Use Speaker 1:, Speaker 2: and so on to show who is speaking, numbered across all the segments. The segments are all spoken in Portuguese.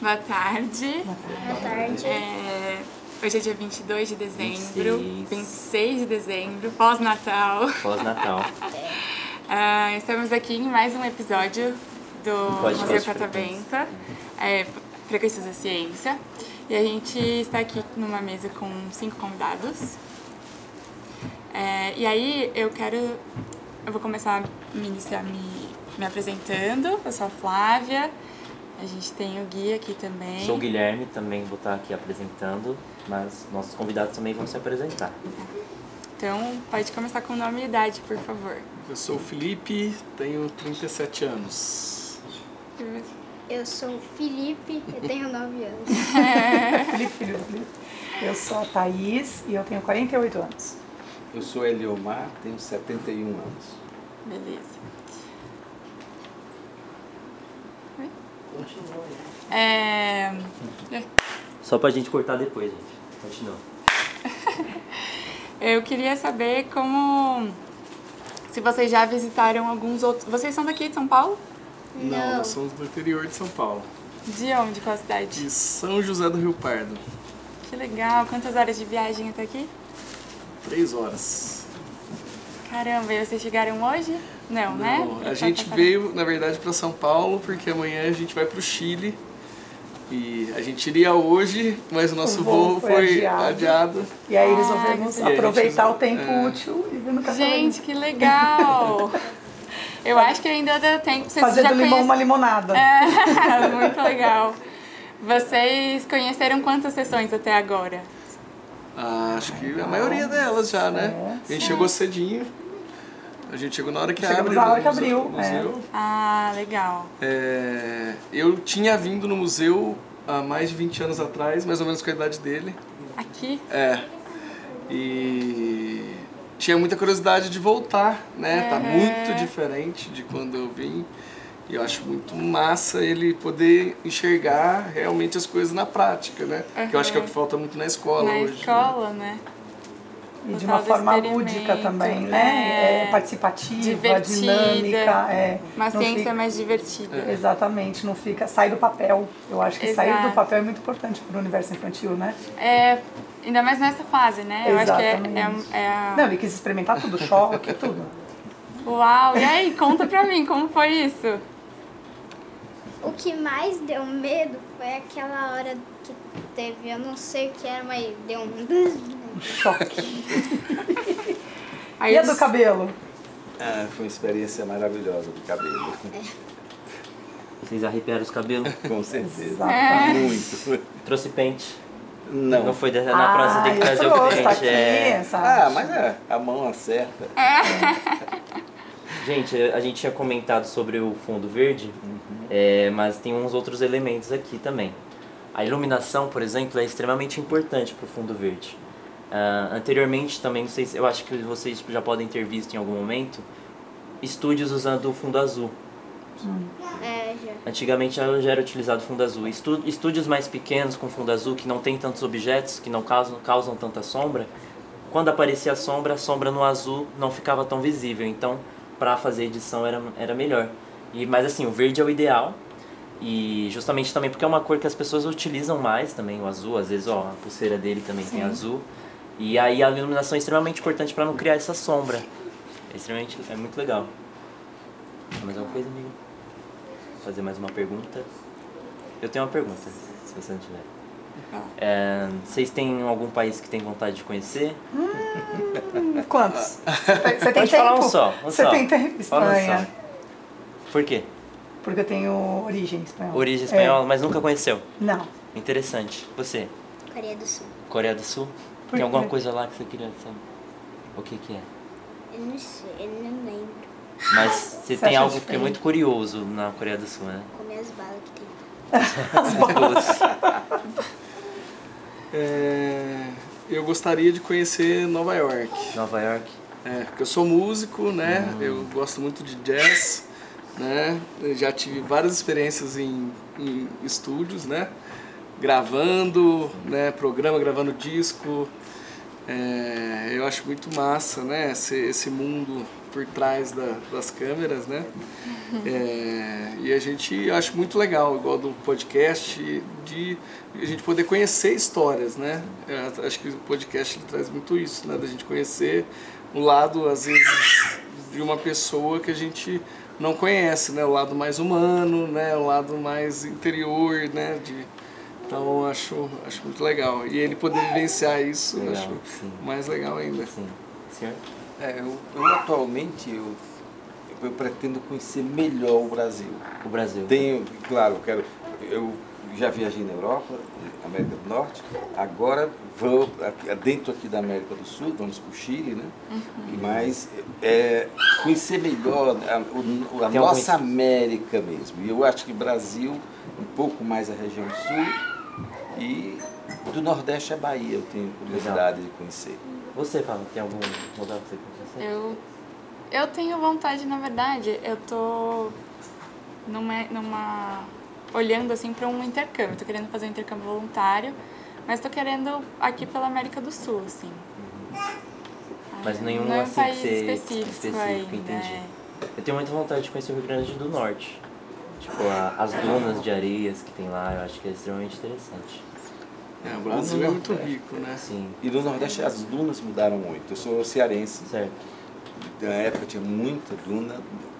Speaker 1: Boa tarde.
Speaker 2: Boa tarde.
Speaker 1: É, Hoje é dia 22 de dezembro,
Speaker 3: 26.
Speaker 1: 26, de dezembro, pós-Natal.
Speaker 3: Pós-Natal.
Speaker 1: Ah, estamos aqui em mais um episódio do
Speaker 3: Podcast
Speaker 1: Museu
Speaker 3: Frequência.
Speaker 1: Catavento, é, Frequências da Ciência. E a gente está aqui numa mesa com cinco convidados. É, e aí eu quero. Eu vou começar a me iniciar me, me apresentando. Eu sou a Flávia. A gente tem o Gui aqui
Speaker 4: É.
Speaker 1: também.
Speaker 3: Sou o Guilherme, também vou estar aqui apresentando, mas nossos convidados também vão se apresentar.
Speaker 1: Então, pode começar com nome e idade, por favor.
Speaker 5: Eu sou o Felipe, tenho 37 anos.
Speaker 2: Eu sou o Felipe, eu tenho 9 anos.
Speaker 4: Felipe, Felipe, Felipe. Eu sou a Thaís e eu tenho 48 anos.
Speaker 6: Eu sou Eliomar, tenho 71 anos.
Speaker 1: Beleza. Oi? É,
Speaker 3: Só pra gente cortar depois, gente. Continua.
Speaker 1: eu queria saber como. Se vocês já visitaram alguns outros. Vocês são daqui de São Paulo?
Speaker 2: Não.
Speaker 5: nós somos do interior de São Paulo,
Speaker 1: De onde? Qual cidade?
Speaker 5: de São José do Rio Pardo.
Speaker 1: Que legal. Quantas horas de viagem até aqui?
Speaker 5: Três horas.
Speaker 1: Caramba, e vocês chegaram hoje? Não, né?
Speaker 4: é?
Speaker 5: Bom,
Speaker 4: Tá
Speaker 5: a
Speaker 1: Só
Speaker 5: gente
Speaker 1: passaram.
Speaker 5: veio, na verdade, para São Paulo porque amanhã a gente vai para o Chile. E a gente iria hoje, mas o nosso
Speaker 4: voo
Speaker 5: voo,
Speaker 4: foi
Speaker 5: foi
Speaker 4: adiado.
Speaker 5: adiado.
Speaker 4: E aí
Speaker 1: Ah,
Speaker 4: resolvemos
Speaker 5: legal.
Speaker 4: aproveitar o tempo
Speaker 5: É.
Speaker 4: útil e vir no café.
Speaker 1: Gente, que legal! Eu acho que ainda deu tempo. Vocês
Speaker 4: Fazer
Speaker 1: já
Speaker 4: do limão
Speaker 1: conhecem-
Speaker 4: uma limonada.
Speaker 1: É, muito legal. Vocês conheceram quantas sessões até agora?
Speaker 5: Ah, acho que a maioria delas já,
Speaker 4: É.
Speaker 5: né? A gente chegou cedinho. A gente chegou na hora que
Speaker 4: Chegamos
Speaker 5: abre. né?
Speaker 4: na hora
Speaker 5: o
Speaker 4: que
Speaker 5: museu-
Speaker 4: abriu, é.
Speaker 5: museu.
Speaker 1: Ah, legal.
Speaker 5: É, eu tinha vindo no museu há mais de 20 anos atrás, mais ou menos com a idade dele.
Speaker 1: Aqui?
Speaker 5: É. E tinha muita curiosidade de voltar, né?
Speaker 1: Uhum.
Speaker 5: Tá muito diferente de quando eu vim. E eu acho muito massa ele poder enxergar realmente as coisas na prática, né? Que eu acho que é o que falta muito na
Speaker 1: Uhum.
Speaker 5: escola
Speaker 1: na
Speaker 5: hoje. né?
Speaker 1: escola, né?
Speaker 4: E de
Speaker 1: o
Speaker 4: uma
Speaker 1: tal do
Speaker 4: forma
Speaker 1: experimento,
Speaker 4: lúdica também, né?
Speaker 1: é.
Speaker 4: É participativa,
Speaker 1: Divertida.
Speaker 4: dinâmica. É.
Speaker 1: Uma
Speaker 4: Não
Speaker 1: ciência
Speaker 4: fica-
Speaker 1: mais divertida.
Speaker 5: É.
Speaker 4: Exatamente, não fica. Sai do papel. Eu acho que sair
Speaker 1: Exato.
Speaker 4: do papel é muito importante para o universo infantil, né?
Speaker 1: É, ainda mais nessa fase, né? Eu acho que é, é, um-
Speaker 4: Exatamente.
Speaker 1: é a-
Speaker 4: Não, ele quis experimentar tudo, choque, tudo.
Speaker 1: Uau! E aí, conta pra mim, como foi isso?
Speaker 2: O que mais deu medo foi aquela hora que teve, eu não sei o que era, mas deu um.
Speaker 4: Choque.
Speaker 1: Aí
Speaker 4: E a do cabelo?
Speaker 6: Ah, foi uma experiência maravilhosa do cabelo.
Speaker 3: Vocês arrepiaram os cabelos?
Speaker 6: Com
Speaker 1: É.
Speaker 6: certeza.
Speaker 4: Exatamente.
Speaker 6: Muito.
Speaker 3: Trouxe pente.
Speaker 6: Não.
Speaker 3: Não foi dessa, na próxima tem que
Speaker 4: eu
Speaker 3: trazer o
Speaker 4: trouxe, tá
Speaker 3: pente. É...
Speaker 4: aqui, sabe?
Speaker 6: Ah, mas é, a mão acerta.
Speaker 3: Gente, a gente tinha comentado sobre o fundo verde, é, mas tem uns outros elementos aqui também. A iluminação, por exemplo, é extremamente importante para o fundo verde. Ah, anteriormente também, vocês, eu acho que vocês já podem ter visto em algum momento, estúdios usando o fundo azul.
Speaker 2: É, já.
Speaker 3: Antigamente já já era utilizado fundo azul. Estu- estúdios mais pequenos com fundo azul, que não tem tantos objetos, que não causam, causam tanta sombra, quando aparecia a sombra, a sombra no azul não ficava tão visível. Então, para fazer edição era, era melhor. E, mas assim, o verde é o ideal. E justamente também porque é uma cor que as pessoas utilizam mais também, o azul. Às vezes, ó, a pulseira dele também tem azul. E aí a iluminação é extremamente importante para não criar essa sombra. É extremamente, é muito legal. Mais alguma coisa, amigo? fazer mais uma pergunta. Eu tenho uma pergunta, se você não tiver. É, vocês têm algum país que tem vontade de conhecer?
Speaker 4: Quantos? Você tem
Speaker 3: Pode
Speaker 4: tempo?
Speaker 3: falar um só, um
Speaker 4: Você
Speaker 3: só.
Speaker 4: tem tempo?
Speaker 3: Fala um
Speaker 4: Espanha.
Speaker 3: Por quê?
Speaker 4: Porque eu tenho origem espanhola.
Speaker 3: Origem
Speaker 4: É.
Speaker 3: espanhola, mas nunca conheceu.
Speaker 4: Não.
Speaker 3: Interessante. Você,
Speaker 2: Coreia do Sul.
Speaker 3: Coreia do Sul?
Speaker 4: Por
Speaker 3: Tem alguma
Speaker 4: quê?
Speaker 3: coisa lá que você queria saber? O que que é?
Speaker 2: Eu não sei, eu não lembro
Speaker 3: Mas você
Speaker 4: Você
Speaker 3: tem
Speaker 4: acha
Speaker 3: algo que é
Speaker 4: diferente?
Speaker 3: muito curioso na Coreia do Sul, né?
Speaker 2: comer as balas que tem.
Speaker 3: Doce.
Speaker 5: É, eu gostaria de conhecer Nova York.
Speaker 3: Nova York.
Speaker 5: É, porque eu sou músico, né? Eu gosto muito de jazz, né? Eu já tive várias experiências em, em estúdios, né? gravando, né, programa, gravando disco. É, eu acho muito massa, né, esse, esse mundo por trás da- das câmeras, né? É, e a gente eu acho muito legal, igual do podcast, de a gente poder conhecer histórias, né? É, acho que o podcast ele traz muito isso, né? Da gente conhecer o lado, às vezes, de uma pessoa que a gente não conhece, né? O lado mais humano, né? O lado mais interior, né? De, então acho, acho muito legal. E ele poder vivenciar isso, eu
Speaker 6: Legal,
Speaker 5: acho
Speaker 6: sim.
Speaker 5: mais legal ainda.
Speaker 6: Sim.
Speaker 3: assim, Senhor?
Speaker 6: É, eu, eu atualmente eu, eu pretendo conhecer melhor o Brasil.
Speaker 3: O Brasil.
Speaker 6: Tenho, claro, eu quero. Eu já viajei na Europa, América do Norte. Agora vou aqui- dentro aqui da América do Sul, vamos para o Chile, né?
Speaker 3: Uhum.
Speaker 6: Mas é, conhecer melhor a, o- a
Speaker 3: Tem
Speaker 6: nossa
Speaker 3: algum-
Speaker 6: América mesmo. E eu acho que Brasil, um pouco mais a região sul e do Nordeste a Bahia, eu tenho curiosidade de conhecer.
Speaker 3: Você, Fábio, tem algum modal que você quer fazer?
Speaker 1: Eu, eu tenho vontade, na verdade, eu tô numa, numa olhando assim para um intercâmbio. Tô querendo fazer um intercâmbio voluntário, mas tô querendo aqui pela América do Sul, assim.
Speaker 3: Mas
Speaker 1: Ah,
Speaker 3: nenhum
Speaker 1: não é um
Speaker 3: assim
Speaker 1: país
Speaker 3: que você...
Speaker 1: específico, ainda,
Speaker 3: entendi.
Speaker 1: é.
Speaker 3: Eu tenho muita vontade de conhecer o Rio Grande do Norte. Tipo, a- as dunas de areias que tem lá, eu acho que é extremamente interessante. Assim,
Speaker 5: É, o Brasil é muito rico, né?
Speaker 3: Sim,
Speaker 6: E no Nordeste as dunas mudaram muito. Eu sou cearense,
Speaker 3: certo.
Speaker 6: na época tinha muita duna.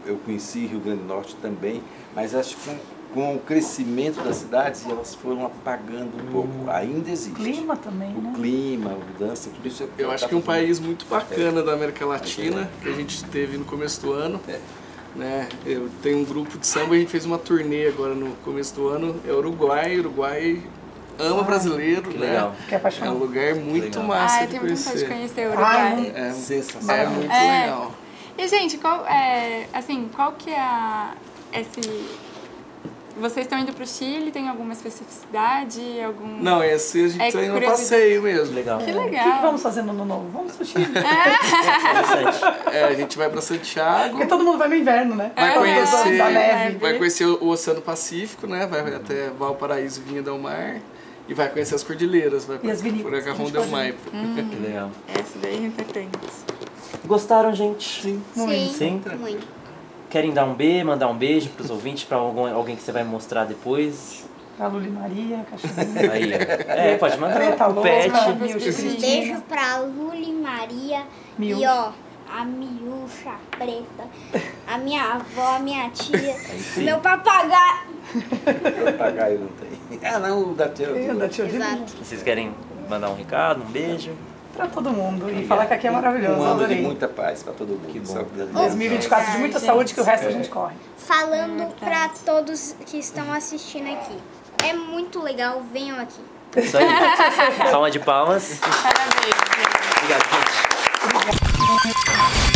Speaker 6: Eu conheci Rio Grande do Norte também, mas acho que com, com o crescimento das cidades elas foram apagando um pouco.
Speaker 5: Hum.
Speaker 6: Ainda
Speaker 4: O
Speaker 6: existe.
Speaker 4: clima também,
Speaker 6: O
Speaker 4: né?
Speaker 6: clima, a mudança, tudo isso. tá
Speaker 5: Eu acho que é um país muito bacana da América Latina, que a gente teve no começo do ano.
Speaker 6: É.
Speaker 5: Né? Eu tenho um grupo de samba, a gente fez uma turnê agora no começo do ano. É Uruguai, Uruguai ama brasileiro,
Speaker 3: Que
Speaker 5: né?
Speaker 3: legal.
Speaker 5: É
Speaker 4: Fiquei
Speaker 5: um
Speaker 4: apaixonada.
Speaker 5: lugar muito
Speaker 6: Legal.
Speaker 5: massa
Speaker 1: ah, eu
Speaker 5: de
Speaker 1: tenho muita vontade de
Speaker 5: conhecer.
Speaker 1: conhecer o
Speaker 4: Ah,
Speaker 1: Uruguai.
Speaker 5: É,
Speaker 6: Sensacional.
Speaker 5: é muito
Speaker 1: É.
Speaker 5: legal.
Speaker 1: E, gente, qual é. Assim, qual que é a, esse. Vocês estão indo pro Chile? Tem alguma especificidade? Algum.
Speaker 5: Não, esse a gente
Speaker 1: É
Speaker 5: tá indo a
Speaker 1: curiosidade.
Speaker 5: passeio mesmo.
Speaker 3: Legal.
Speaker 1: Que
Speaker 4: O que, que
Speaker 1: legal.
Speaker 4: vamos fazer no ano novo? Vamos pro Chile.
Speaker 3: Interessante.
Speaker 5: É, a gente vai pra Santiago.
Speaker 4: Porque todo mundo vai no inverno, né?
Speaker 5: Vai
Speaker 1: É,
Speaker 5: conhecer,
Speaker 4: da neve.
Speaker 5: vai conhecer o Oceano Pacífico, né? Vai até Valparaíso, Vinha del Mar e vai conhecer as cordilheiras, vai
Speaker 4: E as vinícolas
Speaker 5: por Agarrão
Speaker 4: que a
Speaker 5: del
Speaker 4: gente
Speaker 5: Mar.
Speaker 3: que legal.
Speaker 1: Essa daí é importante.
Speaker 3: Gostaram, gente? Sim.
Speaker 2: Sim,
Speaker 3: Sim.
Speaker 2: muito.
Speaker 3: Querem dar um B, mandar um beijo pros ouvintes, pra algum, alguém que você vai mostrar depois?
Speaker 4: Pra Luli Maria, cachorrinho.
Speaker 3: Aí, é, pode mandar.
Speaker 4: Preta
Speaker 3: o
Speaker 4: Louca,
Speaker 3: pet.
Speaker 4: Milton
Speaker 1: Sim.
Speaker 2: Um
Speaker 4: Cristina.
Speaker 2: beijo pra Luli Maria e
Speaker 4: Miúcha.
Speaker 2: ó, a miúcha preta, a minha avó, a minha tia,
Speaker 3: sim.
Speaker 2: meu papagaio.
Speaker 5: um
Speaker 6: Papagaio não tem.
Speaker 5: É,
Speaker 6: Ah, não, o da Tia.
Speaker 4: Eu da tia Odilon.
Speaker 2: Exato.
Speaker 3: Vocês querem mandar um recado, um beijo?
Speaker 4: Pra todo mundo. E falar que aqui é maravilhoso.
Speaker 6: Um ano de
Speaker 4: adorei.
Speaker 6: muita paz para todo mundo.
Speaker 3: Que bom.
Speaker 6: Só pra-
Speaker 4: 2024 de muita saúde que o resto a gente corre.
Speaker 2: Falando pra todos que estão assistindo aqui. É muito legal, venham aqui.
Speaker 3: Isso aí. Salva de palmas.
Speaker 1: Parabéns. gente.
Speaker 3: Obrigado, gente.